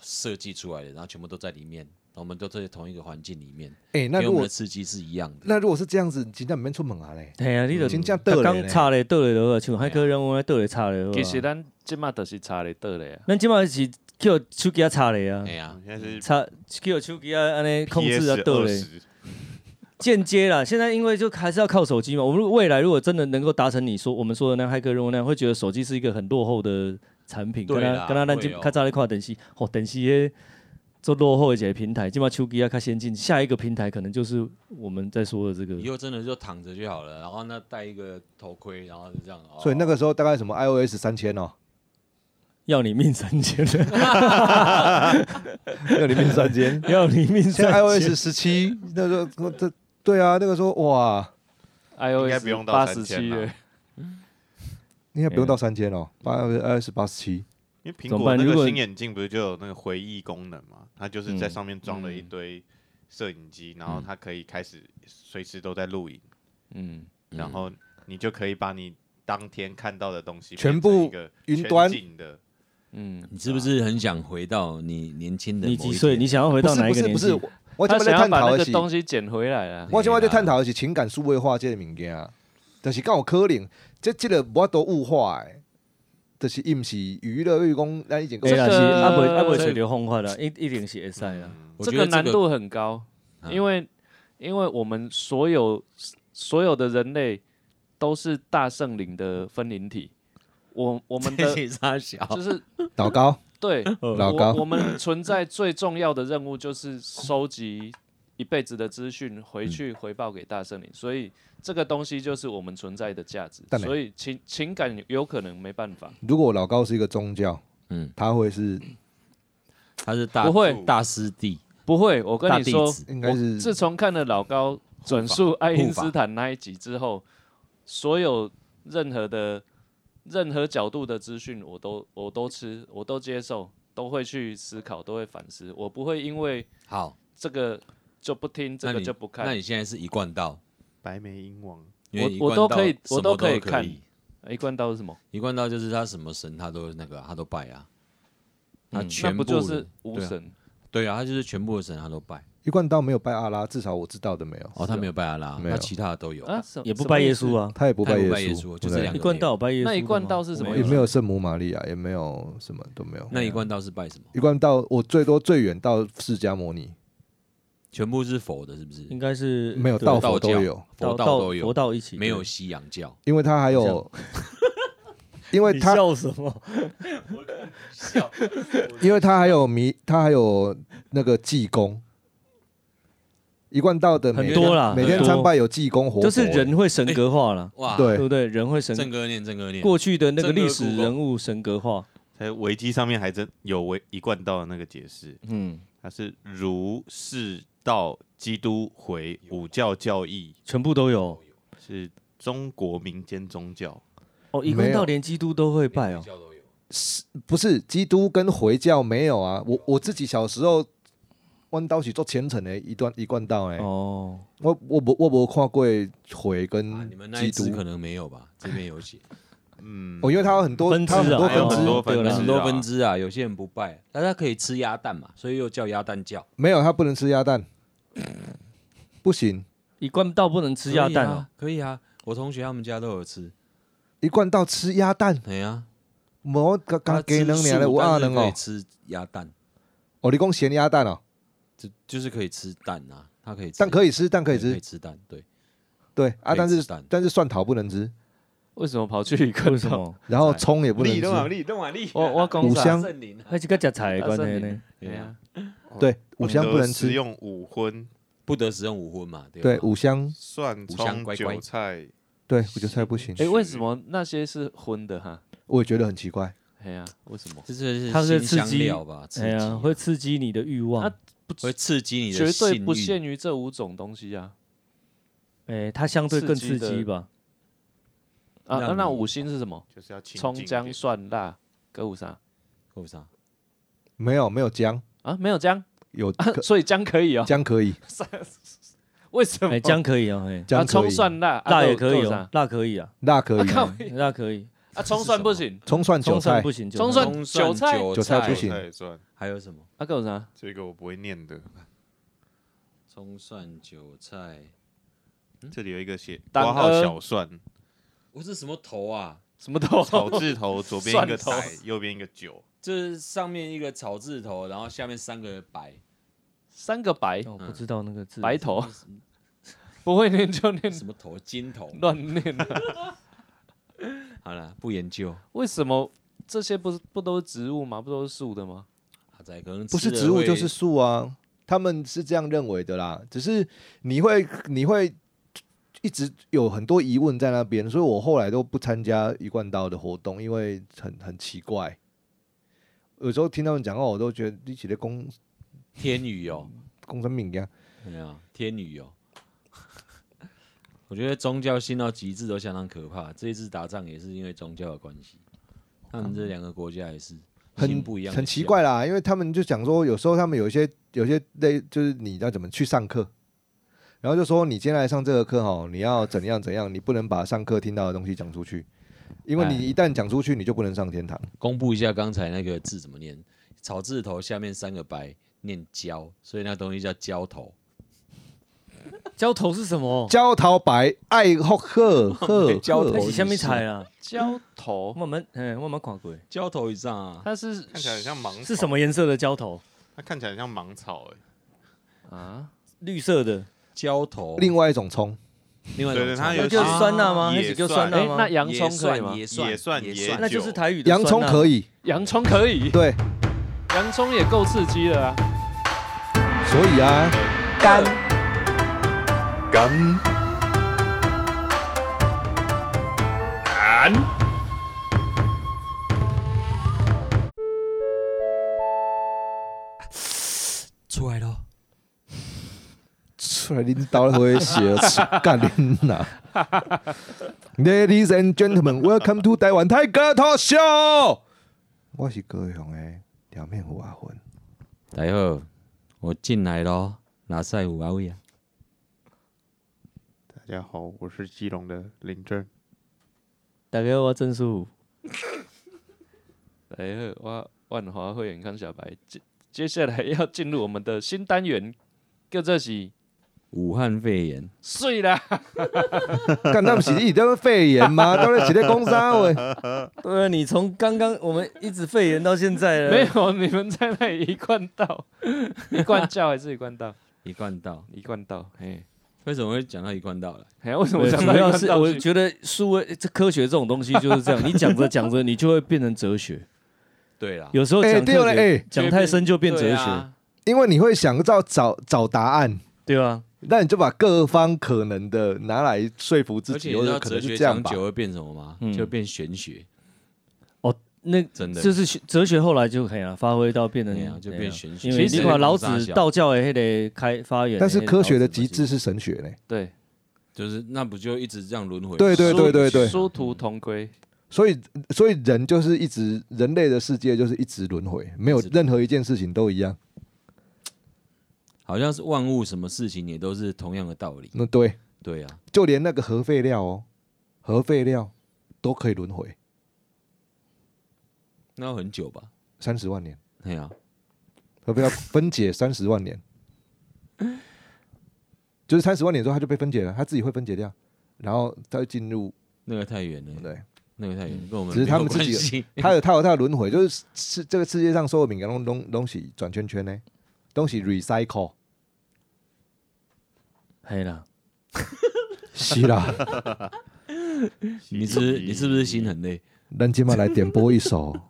Speaker 1: 设计出来的，然后全部都在里面我们都在同一个环境里面，
Speaker 5: 哎、那
Speaker 1: 给
Speaker 5: 如
Speaker 1: 我们
Speaker 5: 果
Speaker 1: 的刺激是一样的。
Speaker 5: 那如果是这样子，你真正免出门啊嘞，
Speaker 3: 嘿啊，你就
Speaker 5: 真正倒嘞
Speaker 3: 刚
Speaker 5: 嘞。
Speaker 3: 插咧倒咧落
Speaker 1: 哎
Speaker 3: 去，像海哥人我咧倒咧插咧落
Speaker 2: 其实
Speaker 3: 去。
Speaker 2: 咱即马就是差咧倒咧啊，
Speaker 3: 咱即摆是叫手机啊插咧啊
Speaker 1: 哎，呀，
Speaker 4: 现在是
Speaker 3: 插叫手机啊安尼控制啊
Speaker 4: PS
Speaker 3: 倒咧。
Speaker 4: 20
Speaker 3: 间接啦，现在因为就还是要靠手机嘛。我们如未来如果真的能够达成你说我们说的那骇客任务那样，会觉得手机是一个很落后的产品。
Speaker 1: 对
Speaker 3: 跟
Speaker 1: 啦
Speaker 3: 他跟他那
Speaker 1: 会哦
Speaker 3: 看早咧看等西，哦等西做落后的一个平台，起码手机要看先进，下一个平台可能就是我们在说的这个
Speaker 1: 以后真的就躺着就好了，然后那戴一个头盔，然后就这样。哦
Speaker 5: 所以那个时候大概什么 iOS 三千 哦，
Speaker 3: 要你命三千，
Speaker 5: 那里面三千，
Speaker 3: 要你命
Speaker 5: 现在
Speaker 3: 三千。
Speaker 5: iOS 十七，那时候这对啊，那个时候哇，
Speaker 4: 应该
Speaker 2: iOS
Speaker 4: 不用到
Speaker 2: 八十
Speaker 4: 三
Speaker 2: 七
Speaker 4: 千啦，
Speaker 5: 应该不用到三千哦，八 iOS 八十七，
Speaker 4: 因为苹
Speaker 3: 怎么
Speaker 4: 果
Speaker 3: 办
Speaker 4: 那
Speaker 3: 如果
Speaker 4: 个新眼镜不是就有那个回忆功能嘛？它就是在
Speaker 3: 嗯
Speaker 4: 上面装了一堆摄影机，然后它可以开始随时都在录影，
Speaker 2: 嗯，
Speaker 4: 然后你就可以把你当天看到的东西
Speaker 5: 全
Speaker 4: 变
Speaker 5: 部
Speaker 4: 成一个
Speaker 5: 云
Speaker 4: 全
Speaker 5: 端
Speaker 4: 景的。
Speaker 2: 嗯，
Speaker 1: 你是不是很想回到你年轻的？
Speaker 3: 你几岁？你想要回
Speaker 5: 不
Speaker 3: 到
Speaker 5: 是
Speaker 3: 哪一
Speaker 5: 不
Speaker 3: 个
Speaker 5: 是
Speaker 3: 年
Speaker 5: 不
Speaker 3: 纪
Speaker 5: 是？，我
Speaker 2: 他
Speaker 5: 今在
Speaker 2: 想要
Speaker 5: 探
Speaker 2: 把
Speaker 5: 讨
Speaker 2: 那
Speaker 5: 的
Speaker 2: 个
Speaker 5: 是，
Speaker 2: 东西捡回来啊。
Speaker 5: 我今在探讨的是情感数位化这个物件，但是敢有可能，这这个我都物化的，就是伊毋是娱乐，比如讲咱以前
Speaker 3: 对啊哎
Speaker 5: 讲，
Speaker 3: 啦，是
Speaker 2: 这个
Speaker 3: 阿伯阿伯吹流风化啦，一一定是会使啦。
Speaker 4: 嗯，
Speaker 1: 我
Speaker 2: 这
Speaker 1: 觉
Speaker 2: 个
Speaker 1: 得
Speaker 2: 难
Speaker 1: 这个
Speaker 2: 度很高，
Speaker 1: 嗯
Speaker 2: 因为因为我们所有所有的人类都是大圣灵的分灵体，我我们的
Speaker 1: 这是差小，
Speaker 2: 就是
Speaker 5: 老高
Speaker 2: 对
Speaker 5: 老高
Speaker 2: 我我们存在最重要的任务就是收集一辈子的资讯，回去回报给大圣灵，所以这个东西就是我们存在的价值
Speaker 5: 但，没
Speaker 2: 所以情情感有可能没办法，
Speaker 5: 如果老高是一个宗教，
Speaker 1: 嗯，
Speaker 5: 他会是
Speaker 1: 他是大
Speaker 2: 不会
Speaker 1: 大师弟，
Speaker 2: 不会，我跟
Speaker 1: 大
Speaker 2: 你
Speaker 1: 弟
Speaker 2: 说，
Speaker 1: 子。
Speaker 5: 应该
Speaker 2: 我
Speaker 5: 是
Speaker 2: 自从看了老高转述爱因斯坦那一集之后，所有任何的任何角度的资讯，我都我都吃，我都接受，都会去思考，都会反思。我不会因为
Speaker 1: 好，
Speaker 2: 这个就不听，这
Speaker 1: 那
Speaker 2: 个
Speaker 1: 你
Speaker 2: 就不
Speaker 1: 那
Speaker 2: 看。
Speaker 1: 你现在是一贯道，
Speaker 4: 白眉鹰王，
Speaker 1: 因为一
Speaker 2: 我
Speaker 1: 贯
Speaker 2: 都
Speaker 1: 道
Speaker 2: 可以
Speaker 1: 什
Speaker 2: 我
Speaker 1: 么
Speaker 2: 都
Speaker 1: 都
Speaker 2: 可以
Speaker 1: 可
Speaker 2: 看
Speaker 1: 以
Speaker 2: 哎一贯道是什么？
Speaker 1: 一贯道就是他什么神他都那个啊他都拜啊，他
Speaker 3: 嗯
Speaker 2: 啊那
Speaker 1: 全部
Speaker 2: 不就是啊
Speaker 1: 的
Speaker 2: 无
Speaker 1: 对啊
Speaker 2: 神？
Speaker 1: 对啊，他就是全部的神他都拜。
Speaker 5: 一贯道没有拜阿拉，至少我知道的没有，
Speaker 1: 哦，他没有拜阿拉，
Speaker 5: 没有
Speaker 1: 那其他的都有。
Speaker 2: 啊，什
Speaker 3: 也不拜耶稣啊，
Speaker 5: 他也不
Speaker 1: 他
Speaker 5: 拜
Speaker 1: 也不拜
Speaker 5: 耶
Speaker 1: 耶
Speaker 5: 稣，
Speaker 1: 稣就这
Speaker 5: 对
Speaker 1: 两
Speaker 3: 一
Speaker 1: 个
Speaker 3: 贯道有拜耶稣的吗，
Speaker 2: 那一贯道是什么
Speaker 3: 我
Speaker 5: 也
Speaker 3: 没
Speaker 5: 没
Speaker 3: 有
Speaker 5: 有圣母玛利亚，也没有什么都没有。
Speaker 1: 那一贯道是拜什么？
Speaker 5: 一贯道，我最多最远到释迦摩尼，
Speaker 1: 全部是佛的，是不是？
Speaker 2: 嗯
Speaker 3: 应该是
Speaker 5: 没有
Speaker 3: 对啊
Speaker 5: 道
Speaker 1: 道
Speaker 5: 佛都
Speaker 1: 教
Speaker 5: 有，
Speaker 1: 佛
Speaker 3: 道
Speaker 1: 道都
Speaker 3: 佛
Speaker 1: 有，
Speaker 3: 道一起
Speaker 1: 没有
Speaker 3: 对
Speaker 1: 西洋教。
Speaker 5: 因为他还有， 因为
Speaker 3: 你
Speaker 5: 他
Speaker 3: 笑什么？
Speaker 5: 因为他还有迷，他还有那个济公。一贯道的每
Speaker 3: 很多啦
Speaker 5: 每天
Speaker 1: 很多
Speaker 5: 参拜有济公活佛，
Speaker 3: 就
Speaker 5: 哎
Speaker 3: 是人会神格化了，
Speaker 1: 哇，，
Speaker 3: 对
Speaker 5: 对
Speaker 3: 不对？人会神
Speaker 1: 正哥念正哥念，
Speaker 3: 过去的那个历史
Speaker 1: 正格 Google
Speaker 3: 人物神格化，
Speaker 4: 在维基上面还真有维一贯道的那个解释，
Speaker 3: 嗯，
Speaker 4: 它是儒释道基督回五教教义
Speaker 3: 全部都有。
Speaker 4: 是中国民间宗教。
Speaker 3: 哦，
Speaker 5: 没有
Speaker 3: 一贯道连基督都会拜哦，
Speaker 5: 不是基督跟回教没有啊。我我自己小时候弯刀起做虔诚的一段一贯道哎、
Speaker 3: 哦，
Speaker 5: 我我不我不看过回
Speaker 1: 啊，
Speaker 5: 跟
Speaker 1: 你们那
Speaker 5: 基
Speaker 1: 一
Speaker 5: 督
Speaker 1: 支，可能没有吧？这边有写，
Speaker 4: 嗯，
Speaker 5: 哦，因为它有很多
Speaker 3: 分，支
Speaker 5: 它有很多
Speaker 3: 啊，
Speaker 4: 还有
Speaker 5: 分
Speaker 4: 很
Speaker 5: 支，
Speaker 4: 多分支
Speaker 3: 对啦
Speaker 4: 是啊
Speaker 1: 很多分支啊，有些人不拜，但他可以吃鸭蛋嘛，所以又叫鸭蛋教。
Speaker 5: 没有它不能吃鸭蛋，不行。
Speaker 3: 一贯道不能吃鸭蛋哦。
Speaker 1: 可以啊，可以啊，我同学他们家都有吃。
Speaker 5: 一贯道吃鸭蛋，
Speaker 1: 哎呀，
Speaker 5: 我刚刚
Speaker 1: 他
Speaker 5: 给能年了，
Speaker 1: 我
Speaker 5: 我二能
Speaker 1: 可以
Speaker 5: 哦。
Speaker 1: 吃鸭蛋，
Speaker 5: 哦，你讲咸鸭蛋哦，
Speaker 1: 就就是可以吃蛋啊，他可以吃，
Speaker 5: 蛋
Speaker 1: 以
Speaker 5: 可以吃，蛋可以
Speaker 1: 可
Speaker 5: 吃
Speaker 1: 以，吃蛋，对，
Speaker 5: 对啊，
Speaker 1: 可
Speaker 5: 但
Speaker 1: 以吃
Speaker 5: 是
Speaker 1: 蛋
Speaker 5: 但是蒜头不能吃，
Speaker 2: 为什么跑去一
Speaker 3: 为
Speaker 2: 贯
Speaker 3: 什
Speaker 2: 道？
Speaker 3: 么？
Speaker 5: 然后葱也不能
Speaker 4: 力动马
Speaker 5: 吃，
Speaker 4: 力动马力，
Speaker 2: 我我讲
Speaker 5: 五
Speaker 2: 啥
Speaker 5: 香
Speaker 1: 圣灵啊，
Speaker 3: 还是跟夹菜的关系呢？
Speaker 2: 哎
Speaker 1: 啊
Speaker 2: 呀，
Speaker 5: 对，五香不能
Speaker 4: 食
Speaker 5: 吃，
Speaker 4: 用五荤、
Speaker 1: 不得食用五荤嘛，对吧？
Speaker 5: 对，五香
Speaker 4: 蒜、
Speaker 1: 五香
Speaker 4: 葱、
Speaker 1: 乖乖
Speaker 4: 韭菜。
Speaker 5: 对我觉得不行，
Speaker 2: 哎，为什么那些是荤的哈？
Speaker 5: 我也觉得很奇怪。
Speaker 2: 哎呀，为什么？
Speaker 1: 这是
Speaker 3: 它
Speaker 1: 新
Speaker 3: 是刺
Speaker 1: 香
Speaker 3: 激
Speaker 1: 料吧？刺
Speaker 3: 哎
Speaker 1: 激
Speaker 3: 呀，
Speaker 1: 啊
Speaker 3: 会刺激你的欲望
Speaker 2: 啊。
Speaker 1: 会刺激你
Speaker 2: 绝
Speaker 1: 的
Speaker 2: 对不
Speaker 1: 性欲
Speaker 2: 限于这五种东西啊！
Speaker 3: 哎，它相对更刺
Speaker 2: 刺
Speaker 3: 激
Speaker 2: 激
Speaker 3: 吧？
Speaker 2: 啊，
Speaker 1: 让
Speaker 2: 啊那
Speaker 1: 你
Speaker 2: 五星是什么？
Speaker 4: 就是要清
Speaker 2: 葱、
Speaker 4: 净一
Speaker 2: 姜、
Speaker 4: 点
Speaker 2: 蒜、辣，歌舞啥
Speaker 1: 够不上。
Speaker 5: 没有没有姜，
Speaker 2: 啊？没有姜，
Speaker 5: 有
Speaker 2: 啊
Speaker 5: 可
Speaker 2: 所以姜可以哦。
Speaker 5: 姜可以，
Speaker 3: 啊
Speaker 2: 为什么？
Speaker 3: 哎，姜可以哦，哎，
Speaker 2: 啊，
Speaker 5: 姜可
Speaker 2: 葱
Speaker 5: 以，
Speaker 2: 蒜辣，啊
Speaker 3: 辣也可以。
Speaker 2: 够
Speaker 3: 哦
Speaker 2: 啥，
Speaker 3: 辣可以 啊，
Speaker 5: 辣可以，
Speaker 2: 靠，
Speaker 3: 辣可 以，
Speaker 2: 啊，葱蒜不行，
Speaker 5: 葱蒜韭
Speaker 3: 葱蒜
Speaker 5: 菜
Speaker 3: 不行，
Speaker 2: 葱蒜
Speaker 1: 葱蒜、
Speaker 2: 韭菜
Speaker 1: 韭
Speaker 5: 韭菜不
Speaker 4: 韭
Speaker 5: 行
Speaker 4: 菜也算
Speaker 1: 还有什么？
Speaker 2: 啊，够啥？
Speaker 4: 这个我不会念的，
Speaker 1: 葱蒜韭菜，
Speaker 4: 这里有一个写
Speaker 2: 党
Speaker 4: 挂号
Speaker 2: 呃
Speaker 4: 小蒜，
Speaker 1: 我哦这什么头啊？
Speaker 2: 什么都
Speaker 4: 草字头，左边一个
Speaker 2: 蒜
Speaker 4: 仔，右边一个 九，
Speaker 1: 这上面一个草字头，然后下面三个白，
Speaker 2: 三个白
Speaker 3: 哦我不知道那个字，
Speaker 2: 白头，不会念就念
Speaker 1: 什么头？金头。
Speaker 2: 乱念啊。
Speaker 1: 好了，不研究，
Speaker 2: 为什么这些不是不都是植物吗？不都是树的吗？
Speaker 1: 阿仔可能
Speaker 5: 不是
Speaker 1: 吃了
Speaker 5: 植物
Speaker 1: 会
Speaker 5: 就是树啊，他们是这样认为的啦。只是你会你会一直有很多疑问在那边，所以我后来都不参加一贯道的活动，因为很很奇怪。有时候听他们讲话，我都觉得一起在攻
Speaker 1: 天宇哦，
Speaker 5: 攻生命一样。
Speaker 1: 没有天宇哦。我觉得宗教信到极致都相当可怕。这一次打仗也是因为宗教的关系，他们这两个国家也是
Speaker 5: 很
Speaker 1: 信不一样，
Speaker 5: 很奇。怪啦，因为他们就讲说，有时候他们有一些有一些类，就是你要怎么去上课，然后就说你今天来上这个课哦，你要怎样怎样，你不能把上课听到的东西讲出去，因为
Speaker 1: 哎
Speaker 5: 你一旦讲出去，你就不能上天堂。
Speaker 1: 公布一下刚才那个字怎么念，草字头下面三个白念焦，所以那东西叫焦头。
Speaker 3: 浇头是什么？
Speaker 5: 焦桃白爱好赫赫
Speaker 1: 哦焦头
Speaker 3: 那
Speaker 5: 赫
Speaker 3: 是下面踩啊，
Speaker 2: 浇头，
Speaker 3: 我们嗯，我们看过，
Speaker 1: 焦头以上啊，
Speaker 2: 它是
Speaker 4: 看起来很像芒草，
Speaker 3: 是什么颜色的浇头？
Speaker 4: 它看起来很像芒草哎，
Speaker 2: 啊？
Speaker 3: 绿色的，
Speaker 1: 焦头。
Speaker 5: 另外一种葱，
Speaker 1: 另外一
Speaker 4: 对
Speaker 1: 种
Speaker 4: 对，
Speaker 1: 草啊
Speaker 4: 它有
Speaker 3: 那就是
Speaker 4: 写
Speaker 3: 酸
Speaker 5: 啊
Speaker 3: 辣吗
Speaker 4: 野
Speaker 3: 那是叫
Speaker 4: 蒜
Speaker 3: 酸辣
Speaker 2: 哎、
Speaker 3: 吗
Speaker 2: 那洋
Speaker 1: 也
Speaker 2: 葱可以
Speaker 1: 算
Speaker 2: 吗？
Speaker 1: 算也
Speaker 4: 也算也
Speaker 1: 算
Speaker 4: 算
Speaker 3: 那就是台语的
Speaker 1: 啊
Speaker 5: 洋葱可
Speaker 3: 以，
Speaker 5: 以，
Speaker 2: 洋葱可以，
Speaker 5: 对，
Speaker 2: 洋葱也够刺激了啊！
Speaker 5: 所以啊，
Speaker 3: 干
Speaker 4: 干
Speaker 1: 出来咯。
Speaker 5: 出来拎刀回血，干你呐 Ladies and gentlemen, welcome to 台湾泰哥 talk show。我是高雄的表面 虎啊阿魂，
Speaker 1: 大家好，我进来咯。哪赛有阿伟啊？
Speaker 4: 大家好，我是基隆的林正，
Speaker 3: 大概我真数
Speaker 2: 哎呦，我万华慧眼看小白，接接下来要进入我们的新单元，叫做是
Speaker 1: 武汉肺炎，
Speaker 2: 睡啦。
Speaker 5: 干他们是一堆肺炎吗？到底是在攻啥 喂？
Speaker 3: 对啊，你从刚刚我们一直肺炎到现在了，
Speaker 2: 没有，你们在那里一贯道，呃 一贯教还是一贯道？
Speaker 1: 一贯道。
Speaker 2: 一贯道，哎，
Speaker 1: 为什么会讲到一贯道了？
Speaker 2: 哎呀，为什么
Speaker 3: 对
Speaker 2: 讲
Speaker 3: 主
Speaker 2: 到一
Speaker 3: 要
Speaker 2: 贯
Speaker 3: 是
Speaker 2: 道
Speaker 3: 我
Speaker 2: 去？
Speaker 3: 觉得数位这科学这种东西就是这样，你讲着讲着，你就会变成哲学。
Speaker 1: 对啦，
Speaker 3: 有时候
Speaker 5: 哎
Speaker 3: 讲
Speaker 5: 对了
Speaker 3: 特别
Speaker 5: 哎
Speaker 3: 讲太深就变哲
Speaker 1: 对
Speaker 3: 学，
Speaker 1: 啊
Speaker 5: 因为你会想到找找答案，
Speaker 3: 对吧？
Speaker 5: 那你就把各方可能的拿来说服自
Speaker 1: 而且你
Speaker 5: 己，有
Speaker 1: 知道
Speaker 5: 者可
Speaker 1: 哲
Speaker 5: 能
Speaker 1: 学
Speaker 5: 是这样
Speaker 1: 讲
Speaker 5: 吧。
Speaker 1: 久会变什么吗？
Speaker 3: 嗯
Speaker 1: 就变玄学，
Speaker 3: 那
Speaker 1: 真的。
Speaker 3: 就是学哲学后来就可以了，发挥到变
Speaker 1: 对啊
Speaker 3: 成
Speaker 1: 就
Speaker 3: 那
Speaker 1: 变
Speaker 3: 样
Speaker 1: 玄学
Speaker 3: 因为
Speaker 1: 其
Speaker 3: 你
Speaker 1: 实
Speaker 3: 看老
Speaker 1: 功
Speaker 3: 子
Speaker 1: 夫大小
Speaker 3: 道教的那个开发源，
Speaker 5: 但是
Speaker 3: 那个
Speaker 5: 科学的
Speaker 3: 老子嘛
Speaker 5: 极致是神学呢，
Speaker 2: 对
Speaker 1: 就是那不就一直这样轮回？
Speaker 5: 对对对对对
Speaker 2: 殊途同归。
Speaker 5: 所以所以人就是一直人类的世界就是一直轮回，没有
Speaker 1: 一直
Speaker 5: 任何一件事情都一样。
Speaker 1: 好像是万物什么事情也都是同样的道理。
Speaker 5: 那对，
Speaker 1: 对啊，
Speaker 5: 就连那个核废料哦，核废料都可以轮回
Speaker 1: 那要很久吧？
Speaker 5: 三十万年，
Speaker 1: 对啊，
Speaker 5: 核废料分 解三十万年，就是三十万年之后它就被分解了，它自己会分解掉，然后它会进入
Speaker 1: 那个嗯太远了，
Speaker 5: 对，
Speaker 1: 那个太远，跟我们
Speaker 5: 只是他
Speaker 1: 没有
Speaker 5: 们自己
Speaker 1: 关系
Speaker 5: 它有它有它的轮回，就是是这个世界上所有饼干东东东西转圈圈呢，东西 recycle
Speaker 3: 嘿啦，
Speaker 5: 是啦。
Speaker 1: 你是不是你是不是心很累？
Speaker 5: 咱今麦来点播一 首《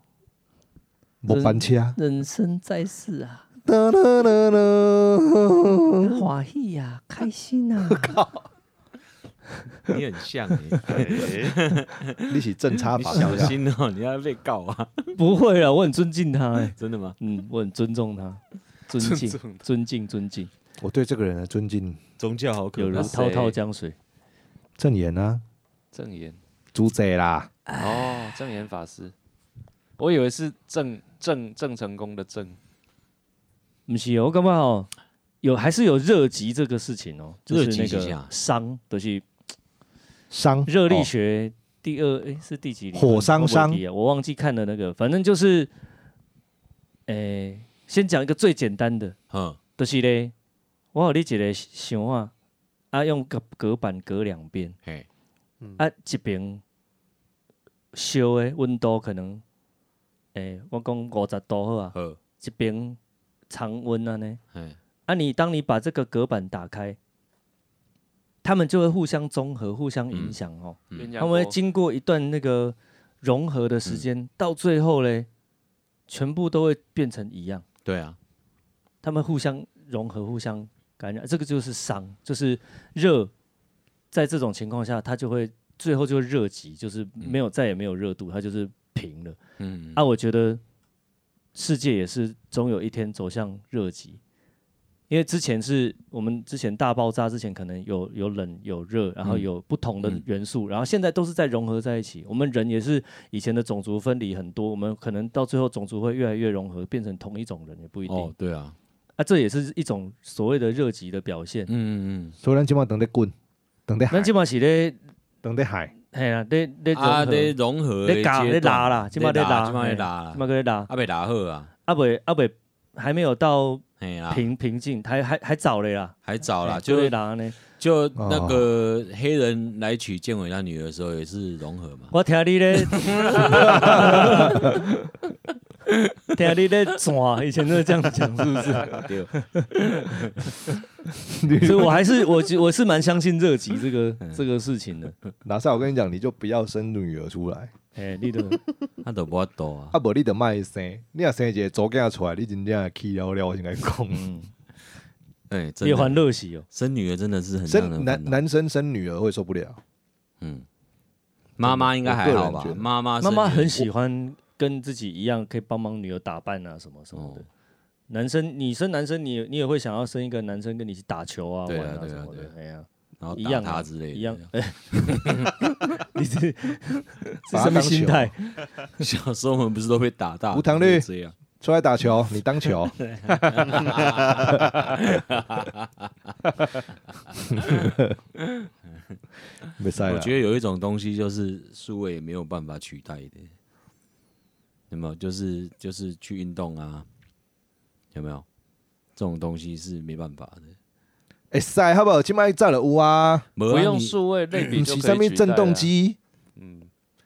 Speaker 5: 末班车》。
Speaker 6: 人生在世啊，
Speaker 5: 哒哒哒哒
Speaker 6: 欢喜呀、啊，开心啊。
Speaker 1: 你很像 欸
Speaker 4: 哎
Speaker 5: 你是正插
Speaker 1: 你
Speaker 5: 法
Speaker 1: 小心哦，你要被告啊！
Speaker 3: 不会啊，我很尊敬他， 哎
Speaker 1: 真的吗？
Speaker 3: 嗯，我很尊重他，尊敬，尊敬，尊敬，
Speaker 5: 我对这个人的尊敬，
Speaker 1: 宗教好
Speaker 3: 有
Speaker 1: 可
Speaker 3: 如
Speaker 1: 怕
Speaker 2: 人，
Speaker 3: 滔滔江水。
Speaker 5: 正言啊，
Speaker 2: 正言
Speaker 5: 主宰啦，
Speaker 2: 哦，正言法师，我以为是郑郑郑成功的郑，
Speaker 3: 不是，我感觉哦，有还是有热极这个事情哦，就
Speaker 1: 热
Speaker 3: 是
Speaker 1: 极
Speaker 3: 那
Speaker 1: 是啥
Speaker 3: 个伤，就是
Speaker 5: 伤哦
Speaker 3: 热力
Speaker 1: 哦
Speaker 3: 学第二，诶，是第几理论？
Speaker 5: 火伤
Speaker 3: 我
Speaker 5: 伤
Speaker 3: 忘记了我忘记看了那个，反正就是，诶，先讲一个最简单的，
Speaker 1: 嗯，
Speaker 3: 就是嘞，我有你一个想法，啊，用隔隔板隔两边，
Speaker 1: 嘿，
Speaker 3: 啊，一边烧的温度可能，诶、我讲五十度好啊，
Speaker 1: 好，
Speaker 3: 一边常温啊呢。
Speaker 1: 嘿，
Speaker 3: 啊你，当你把这个隔板打开，它们就会互相综合、互相影响哦。
Speaker 2: 鸳鸯
Speaker 3: 他们会
Speaker 2: 锅
Speaker 3: 经过一段那个融合的时间，到最后嘞，全部都会变成一样，
Speaker 1: 对啊，
Speaker 3: 他们互相融合、互相感染，这个就是伤，就是热，在这种情况下，它就会最后就会热极，就是没有再也没有热度，它就是平了。
Speaker 1: 嗯，
Speaker 3: 啊，我觉得世界也是总有一天走向热极，因为之前是我们之前大爆炸之前可能有有冷有热，然后
Speaker 1: 嗯
Speaker 3: 有不同的
Speaker 1: 嗯
Speaker 3: 元素，然后现在都是在融合在一起。我们人也是以前的种族分离很多，我们可能到最后种族会越来越融合，变成同一种人也不一定。
Speaker 1: 哦，对啊，
Speaker 3: 啊，这也是一种所谓的热极的表现。
Speaker 1: 嗯嗯
Speaker 5: 所以咱今晚等在滚，等在海
Speaker 3: 那，基本上是咧，
Speaker 5: 等在海，
Speaker 3: 嘿啦，咧咧
Speaker 1: 嗯，
Speaker 3: 融
Speaker 1: 啊，
Speaker 3: 合，
Speaker 1: 咧融合的
Speaker 3: 咧
Speaker 1: 阶
Speaker 3: 搞咧
Speaker 1: 段，
Speaker 3: 拉啦，基本咧拉，
Speaker 1: 在拉在拉啦
Speaker 3: 基本咧拉，
Speaker 1: 啊，被拉好啊，
Speaker 3: 啊未啊未，还没有到
Speaker 1: 嘿啦，
Speaker 3: 平平静，还还还早嘞啦，
Speaker 1: 还早啊啦，
Speaker 3: 哎
Speaker 1: 就
Speaker 3: 对啦呢。
Speaker 1: 就
Speaker 5: 哦
Speaker 1: 那个黑人来娶建伟他女儿的时候也是融合嘛，
Speaker 3: 我听 你咧，听你咧转，以前都是这样讲，是不是？
Speaker 1: 对，
Speaker 3: 所以我还是我我是蛮相信热极这个
Speaker 1: 嗯
Speaker 3: 这个事情的。
Speaker 5: 哪赛我跟你讲，你就不要生女儿出来，
Speaker 3: 哎，你的
Speaker 1: 他都不多啊
Speaker 5: 啊，，无你得卖生，你若生一个左囝出来，你真正气了了，我应该 讲。
Speaker 1: 哎， 真
Speaker 3: 夜还
Speaker 1: 的，
Speaker 3: 嗯热喜哦，
Speaker 1: 生女儿真的是很 让
Speaker 5: 生
Speaker 1: 人
Speaker 5: 男
Speaker 1: 烦恼
Speaker 5: 男生生女儿会受不了，
Speaker 1: 嗯，妈妈应该还好吧
Speaker 5: 我个人觉？得
Speaker 1: 妈妈
Speaker 3: 妈
Speaker 1: 生女儿
Speaker 3: 妈很喜欢跟自己一样，可以帮忙女儿打扮啊，什么什么的
Speaker 1: 哦。
Speaker 3: 男生，你生男生，你你也会想要生一个男生跟你一起打球啊、
Speaker 1: 对啊
Speaker 3: 玩啊
Speaker 1: 对啊
Speaker 3: 什么的。哎呀，
Speaker 1: 然后
Speaker 3: 一
Speaker 1: 打
Speaker 3: 样
Speaker 1: 他
Speaker 3: 啊
Speaker 1: 之类的，
Speaker 3: 一样。你这是什
Speaker 5: 把它
Speaker 3: 么
Speaker 5: 当
Speaker 3: 心
Speaker 5: 球
Speaker 3: 态？
Speaker 1: 小时候我们不是都被打大？
Speaker 5: 无糖绿
Speaker 1: 这样，
Speaker 5: 出来打 球，你当球，没赛
Speaker 1: 我
Speaker 5: 了。
Speaker 1: 觉得有一种东西就是数位没有办法取代的，有没有？就是就是去运动啊，有没有？这种东西是没办法的，
Speaker 5: 哎赛好不好？今麦占了有啊，
Speaker 1: 不
Speaker 2: 不用数位类比
Speaker 5: 你
Speaker 2: 就可以
Speaker 5: 上面
Speaker 2: 取代嗯
Speaker 5: 震
Speaker 2: 啊
Speaker 5: 动，机，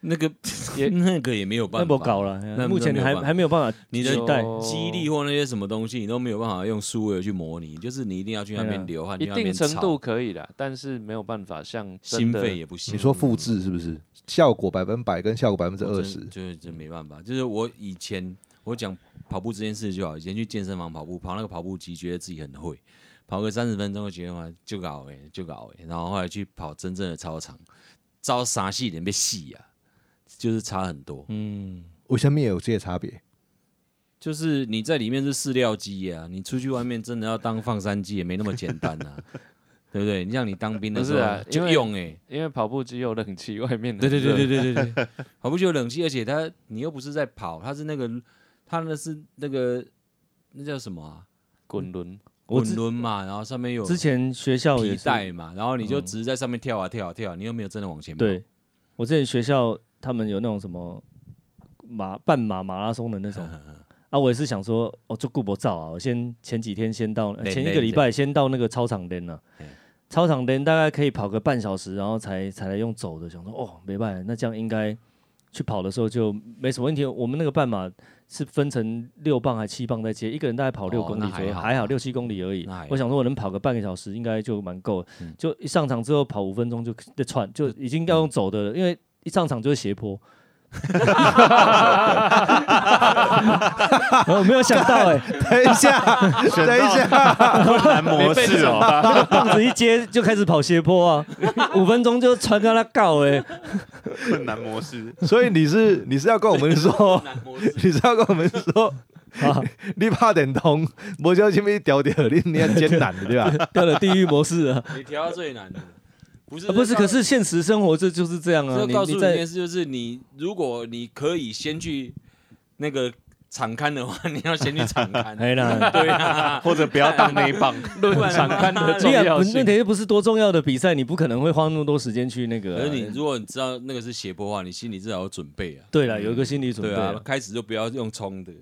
Speaker 1: 那个 那个也没有
Speaker 3: 那
Speaker 1: 办
Speaker 3: 不
Speaker 1: 法
Speaker 3: 搞了哎
Speaker 1: 那，
Speaker 3: 目前
Speaker 1: 那没有
Speaker 3: 还
Speaker 1: 办法
Speaker 3: 还没有办法
Speaker 1: 你的
Speaker 3: 取代。
Speaker 1: 肌力或那些什么东西，你都没有办法用数位去模拟，就是你一定要去那边流汗，
Speaker 2: 啊一
Speaker 1: 去那
Speaker 2: 定
Speaker 1: 边
Speaker 2: 程
Speaker 1: 吵
Speaker 2: 度可以啦，但是没有办法像真
Speaker 1: 心
Speaker 2: 的
Speaker 1: 肺也不行。啊
Speaker 5: 你说复制是不是？效果百分百跟效果百分之二十，
Speaker 1: 就是真没办法。就是我以前我讲跑步这件事就好，以前去健身房跑步，跑那个跑步机，觉得自己很会，跑个三十分钟就觉得嘛就搞哎、就搞哎、然后后来去跑真正的操场，招傻戏人被戏呀，就是差很多。
Speaker 3: 嗯，
Speaker 5: 为什么有这些差别？
Speaker 1: 就是你在里面是饲料鸡啊，你出去外面真的要当放山鸡也没那么简单啊， 对不对？你像你当兵的时候
Speaker 2: 不是啊因
Speaker 1: 就
Speaker 2: 为
Speaker 1: 用哎、
Speaker 2: 因为跑步机有冷气，外面
Speaker 1: 对对对
Speaker 2: 对，
Speaker 1: 对对对 对，跑步就有冷气，而且它你又不是在跑，它是那个它那是那个那叫什么啊？
Speaker 2: 滚轮
Speaker 3: 我
Speaker 1: 滚
Speaker 3: 之
Speaker 1: 轮嘛，然后上面有
Speaker 3: 之前学校也
Speaker 1: 皮
Speaker 3: 是嗯
Speaker 1: 带嘛，然后你就只是在上面跳啊跳啊跳啊，你又没有真的往前跑。
Speaker 3: 对，我之前学校他们有那种什么马半马马拉松的 那种。
Speaker 1: 嗯
Speaker 3: 啊，我也是想说，哦，就顾不照啊，我先前几天先到，呃
Speaker 1: 练
Speaker 3: 前一
Speaker 1: 练
Speaker 3: 个礼拜先到那个操场练了、
Speaker 1: 嗯
Speaker 3: 操场练大概可以跑个半小时，然后才才来用走的，想说哦，没办法，那这样应该去跑的时候就没什么问题。我们那个半马是分成六磅还七磅在接，一个人大概跑六
Speaker 1: 哦
Speaker 3: 公
Speaker 1: 那
Speaker 3: 里左右，
Speaker 1: 还好
Speaker 3: 还好六七公里而已
Speaker 1: 那还。好
Speaker 3: 我想说我能跑个半个小时应该就蛮够了，
Speaker 1: 嗯
Speaker 3: 就一上场之后跑五分钟就就 喘，就已经要用
Speaker 1: 嗯
Speaker 3: 走的了，因为一上场就是斜坡。 我没有想到哎、
Speaker 5: 等一下，等一下，
Speaker 4: 难模式哦，
Speaker 3: 那个棒子一接就开始跑斜坡啊，五分钟就传跟他告哎、
Speaker 4: 困难模式，
Speaker 5: 所以你是你是要跟我们 说， 你是要跟我们说，
Speaker 3: 啊，
Speaker 5: 你怕点通，无叫前面调调，你你很艰难的对吧？
Speaker 3: 掉了地狱模式 啊！
Speaker 1: 你调到最难的，不是
Speaker 3: 啊不是，
Speaker 1: 告
Speaker 3: 可是现实生活这就是这样啊
Speaker 1: 这，
Speaker 3: 你
Speaker 1: 告诉你
Speaker 3: 你
Speaker 1: 一
Speaker 3: 在
Speaker 1: 件事，就是你如果你可以先去那个场刊的话， 你要先去场刊。
Speaker 3: 哎啦。
Speaker 1: 对 啊，
Speaker 4: 或者不要当那一棒，
Speaker 2: 论场看的重
Speaker 3: 你啊，
Speaker 2: 要
Speaker 3: 不是那
Speaker 2: 性。
Speaker 3: 天又不是多重要的比赛，你不可能会花那么多时间去那个啊、
Speaker 1: 可是你如果你知道那个是斜坡的话，你心里至少有准备啊。
Speaker 3: 对了，有一个心理准
Speaker 1: 对
Speaker 3: 备、
Speaker 1: 啊，开始就不要用冲的。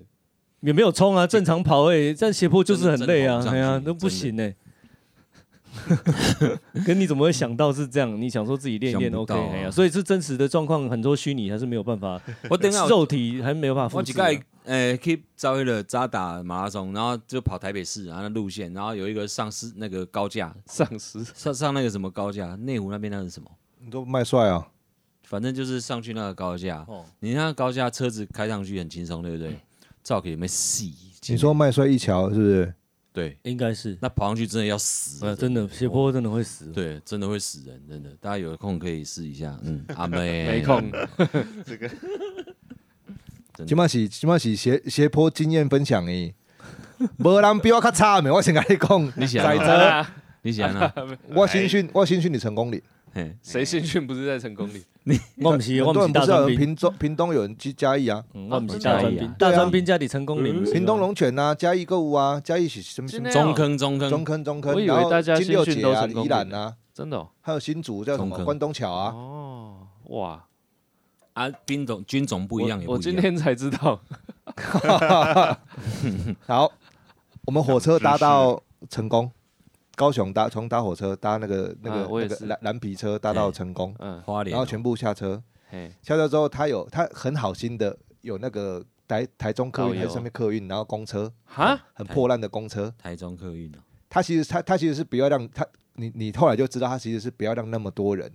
Speaker 3: 也没有冲啊，正常跑哎、欸，但斜坡就是很累啊，
Speaker 1: 正
Speaker 3: 哎
Speaker 1: 正常
Speaker 3: 呀、
Speaker 1: 上去
Speaker 3: 都不行哎、 可你怎么会想到是这样？你想说自己练一练
Speaker 1: 想不
Speaker 3: OK，
Speaker 1: 到啊
Speaker 3: 哎呀，所以是真实的状况，很多虚拟还是没有办法，
Speaker 1: 我等一 下
Speaker 3: 肉体还没有办法复
Speaker 1: 我几
Speaker 3: 制
Speaker 1: 个
Speaker 3: 啊。
Speaker 1: 诶去招一了渣打马拉松，然后就跑台北市，然后那路线，然后有一个上市那个高架，
Speaker 2: 丧尸
Speaker 1: 上上那个什么高架，内湖那边那是什么？
Speaker 5: 你都卖帅啊，
Speaker 1: 反正就是上去那个高架，
Speaker 3: 哦
Speaker 1: 你那个高架车子开上去很轻松，对不对？
Speaker 2: 嗯
Speaker 1: 照给你们细，
Speaker 5: 你说卖帅一桥是不是？
Speaker 1: 对，
Speaker 3: 应该是，
Speaker 1: 那跑上去真的要死
Speaker 3: 呃，
Speaker 5: 啊
Speaker 1: 人，
Speaker 3: 真的斜坡真的会死。
Speaker 1: 对，真的会死人，真的。大家有空可以试一下， 嗯，阿妹
Speaker 2: 没空，
Speaker 5: 今麦是今麦是斜斜坡经验分享诶，无人比我较差没？我先跟你讲，
Speaker 1: 你想
Speaker 5: 仔
Speaker 1: 啊
Speaker 5: 仔，
Speaker 1: 你想啊，
Speaker 5: 我新训我新训你成功岭，
Speaker 1: 嘿，
Speaker 2: 谁新训不是在成功里？
Speaker 3: 我们是，
Speaker 5: 很
Speaker 3: 哎我
Speaker 5: 多
Speaker 3: 们是
Speaker 5: 人
Speaker 3: 大
Speaker 5: 不是有
Speaker 3: 专
Speaker 5: 人
Speaker 3: 兵，
Speaker 5: 屏中屏东有人去嘉义啊，
Speaker 3: 嗯我们是
Speaker 1: 真的
Speaker 3: 大专
Speaker 1: 假的
Speaker 3: 兵
Speaker 1: 啊，
Speaker 3: 大专兵家里成功岭，
Speaker 5: 屏东龙泉啊，嘉义购物啊，嘉义是什么什
Speaker 2: 真
Speaker 5: 么
Speaker 2: 的
Speaker 1: 中坑中坑
Speaker 5: 中坑中坑，
Speaker 2: 我以为
Speaker 5: 然后
Speaker 2: 大家
Speaker 5: 金六
Speaker 2: 新训
Speaker 5: 姐
Speaker 2: 都
Speaker 5: 啊、
Speaker 2: 成功
Speaker 5: 宜兰啊，
Speaker 2: 真的哦
Speaker 5: 还有新竹叫什
Speaker 1: 中
Speaker 5: 么
Speaker 1: 坑
Speaker 5: 关东桥啊，
Speaker 2: 哦，哇，
Speaker 1: 啊，兵种军种不一样，也
Speaker 2: 我
Speaker 1: 不
Speaker 2: 我
Speaker 1: 一
Speaker 2: 今
Speaker 1: 样。
Speaker 2: 天才知道，
Speaker 5: 好，我们火车搭到成功，高雄搭从搭火车搭那个那
Speaker 2: 啊
Speaker 5: 个
Speaker 2: 我也
Speaker 5: 那个
Speaker 2: 是
Speaker 5: 蓝蓝皮车搭到成功，
Speaker 2: 嗯，
Speaker 1: 花莲
Speaker 5: 然
Speaker 1: 哦
Speaker 5: 后全部下车，
Speaker 2: 嘿，
Speaker 5: 下车之后他有他很好心的有那个台台中客
Speaker 2: 导游
Speaker 5: 运
Speaker 2: 哎
Speaker 5: 还是上面客运，然后公车
Speaker 2: 哈，
Speaker 5: 很破烂的公车，
Speaker 1: 台中客运哦
Speaker 5: 他其实他他其实是不要让他你你后来就知道他其实是不要让那么多人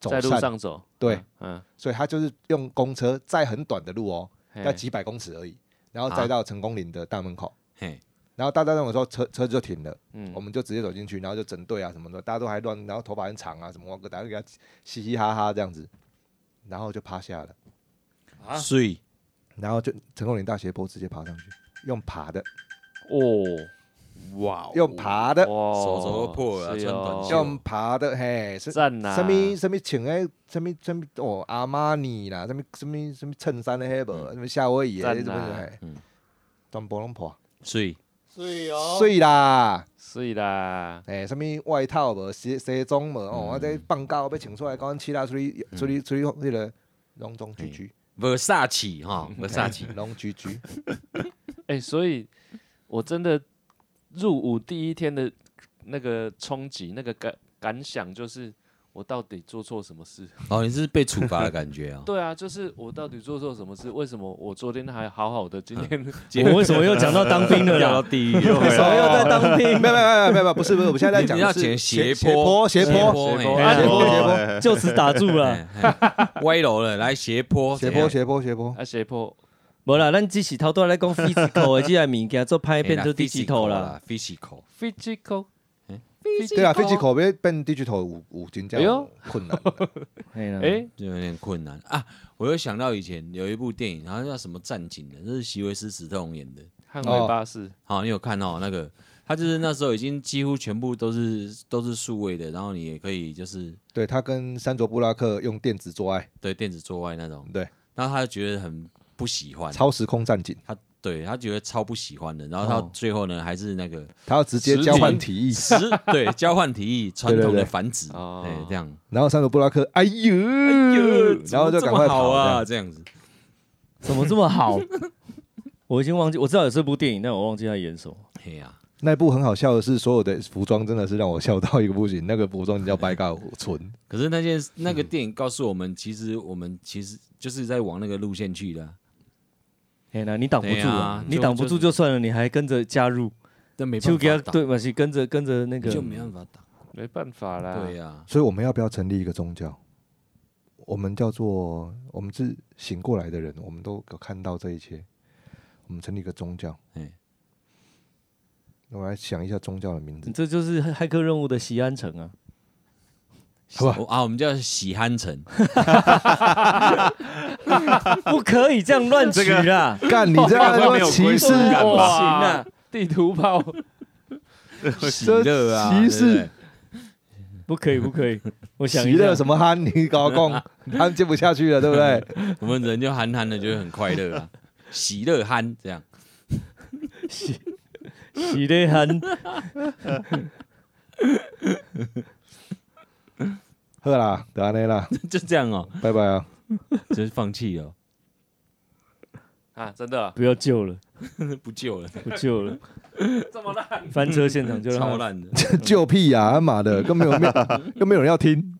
Speaker 5: 走
Speaker 2: 在路
Speaker 5: 散，
Speaker 2: 上走，
Speaker 5: 对，
Speaker 2: 嗯，
Speaker 5: 所以他就是用公车载很短的路哦，
Speaker 2: 嗯
Speaker 5: 要
Speaker 2: 嘿
Speaker 5: 几百公尺而已，然后
Speaker 1: 啊
Speaker 5: 载到成功岭的大门口。
Speaker 1: 嘿，
Speaker 5: 然后大家那种时候车车子就停了，
Speaker 2: 嗯
Speaker 5: 我们就直接走进去，然后就整队啊什么的，大家都还乱，然后头发很长啊什么，我大家给他嘻嘻哈哈这样子，然后就趴下了，
Speaker 1: 水
Speaker 5: 然后就成功岭大斜坡直接爬上去，用爬的，
Speaker 2: 哦，
Speaker 4: 哇哦，
Speaker 5: 用爬的，
Speaker 2: 哇，
Speaker 1: 呃手肘都破了
Speaker 2: 是
Speaker 1: 穿短
Speaker 2: 哦
Speaker 1: 袖
Speaker 5: 用爬的，嘿，是
Speaker 2: 赞呐，
Speaker 5: 什么什么请诶，什么什么哦阿玛尼啦，什么什么什么衬衫的黑不，什么夏威夷的
Speaker 2: 赞
Speaker 5: 什么
Speaker 2: 啊
Speaker 5: 的，嘿
Speaker 1: 嗯，
Speaker 5: 全部拢破，
Speaker 1: 水
Speaker 5: 水啦。
Speaker 2: 是啦，
Speaker 5: 诶、什物外套无、西西装无哦，我
Speaker 1: 嗯
Speaker 5: 这放假要穿出来，讲其他出去出去出去迄个拢总居居，
Speaker 1: Versace 哈，Versace
Speaker 5: 拢居居，
Speaker 2: 哎，所以我真的入伍第一天的那个冲击，那个感感想就是。我到底做错什么事？？
Speaker 1: 哦，你是被处罚的感觉啊
Speaker 2: 对啊，就是我到底做错什么事？为什么我昨天还好好的，今天
Speaker 1: 嗯
Speaker 3: 我为什么又讲到当兵 了啦？
Speaker 1: 地狱，哦
Speaker 3: 为什么又在当
Speaker 5: 没有
Speaker 3: 兵？
Speaker 5: 没有没有没有没有，不是不是，我们现在在讲
Speaker 1: 你要
Speaker 5: 的
Speaker 1: 讲
Speaker 5: 是
Speaker 1: 斜
Speaker 5: 斜
Speaker 1: 坡，
Speaker 5: 斜坡
Speaker 1: 斜坡，
Speaker 3: 哎
Speaker 5: 斜坡斜坡
Speaker 3: 就此打住了。
Speaker 1: 哎哎歪楼了，来斜坡，哎
Speaker 5: 斜
Speaker 1: 怎
Speaker 5: 坡
Speaker 1: 样，
Speaker 5: 斜坡斜坡，
Speaker 2: 啊斜坡
Speaker 3: 无啦，咱只是头拄仔来讲 physical 的这个物件，做拍
Speaker 1: 哎
Speaker 3: 变做 digital 啦。
Speaker 1: ，physical，
Speaker 2: physical，
Speaker 5: 对啊，飞机口要变 digital 有有真
Speaker 2: 哎
Speaker 5: 正
Speaker 2: 呦
Speaker 5: 困难，
Speaker 3: 哎，
Speaker 2: 哎，
Speaker 1: 就有点困难啊。我又想到以前有一部电影，好像叫什么《战警》的，这是席维斯·史特龙演的。
Speaker 2: 捍卫巴士，
Speaker 1: 好，你有看哦到那个？他就是那时候已经几乎全部都是都是数位的，然后你也可以就是
Speaker 5: 对他跟山卓布拉克用电子做爱，
Speaker 1: 对电子做爱那种，
Speaker 5: 对，
Speaker 1: 然后他就觉得很不喜欢，
Speaker 5: 超时空战警，
Speaker 1: 他对他觉得超不喜欢的，然后他
Speaker 3: 哦
Speaker 1: 最后呢还是那个
Speaker 5: 他要直接
Speaker 1: 实
Speaker 5: 交换
Speaker 1: 体
Speaker 5: 提议，
Speaker 1: 十对交换提议传统
Speaker 5: 对
Speaker 1: 的
Speaker 5: 对
Speaker 1: 繁殖，
Speaker 2: 哦
Speaker 1: 哎这样，
Speaker 5: 然后山卓布拉克，哎呦，嗯然后就
Speaker 1: 怎么这
Speaker 5: 赶
Speaker 1: 么
Speaker 5: 快
Speaker 1: 好
Speaker 5: 跑这
Speaker 1: 啊
Speaker 5: 样
Speaker 1: 这样子，
Speaker 3: 怎么这么好？ 我已经忘记，我知道有这部电影，但我忘记他演什么。
Speaker 1: 嘿呀，
Speaker 5: 那一部很好笑的是，所有的服装真的是让我笑到一个不行。那个服装叫白嘎纯，
Speaker 1: 可是那件那个电影告诉我们，其实我们其实就是在往那个路线去的啊，
Speaker 3: 哎那你挡不住
Speaker 1: 对
Speaker 3: 啊
Speaker 1: 啊！
Speaker 3: 你挡不
Speaker 1: 就
Speaker 3: 住就算了，你还跟着加入，
Speaker 1: 但没办
Speaker 3: 就给他
Speaker 1: 法挡，
Speaker 3: 对嘛是跟着跟着那个
Speaker 1: 就没办法挡，
Speaker 2: 没办法啦，
Speaker 1: 对呀，
Speaker 5: 所以我们要不要成立一个宗教？我们叫做我们是醒过来的人，我们都有看到这一切。我们成立一个宗教，
Speaker 1: 哎，
Speaker 5: 我来想一下宗教的名 字
Speaker 3: 你。这就是骇客任务的西安城啊！
Speaker 5: 好吧
Speaker 1: 我啊，我们叫喜憨城，
Speaker 3: 不可以这样乱取啊啦！
Speaker 5: 干，你这 样说歧视，
Speaker 4: 感
Speaker 2: 不
Speaker 4: 吧
Speaker 2: 行啊， 地图炮，
Speaker 1: 喜乐啊，
Speaker 5: 歧
Speaker 1: 对不
Speaker 5: 视
Speaker 1: 对
Speaker 3: 不可以，不可以！我想
Speaker 5: 喜
Speaker 3: 一下
Speaker 5: 乐，什么憨？ 你搞共，他们接不下去了，对不 对？
Speaker 1: 我们人就憨憨的，就会很快乐啊，喜乐憨这样。
Speaker 3: 喜得很，
Speaker 5: 好啦，得安内啦，
Speaker 1: 就这样哦、
Speaker 5: 拜拜啊。
Speaker 1: 就是放弃了。
Speaker 2: 啊，真的啊
Speaker 3: 不要救了，
Speaker 1: 不救了，
Speaker 3: 不救了，
Speaker 2: 这么烂？
Speaker 3: 翻车现场就让
Speaker 1: 超
Speaker 3: 他
Speaker 1: 烂的。
Speaker 5: 救屁呀、啊！他妈的，更没有没有，更没有人要听。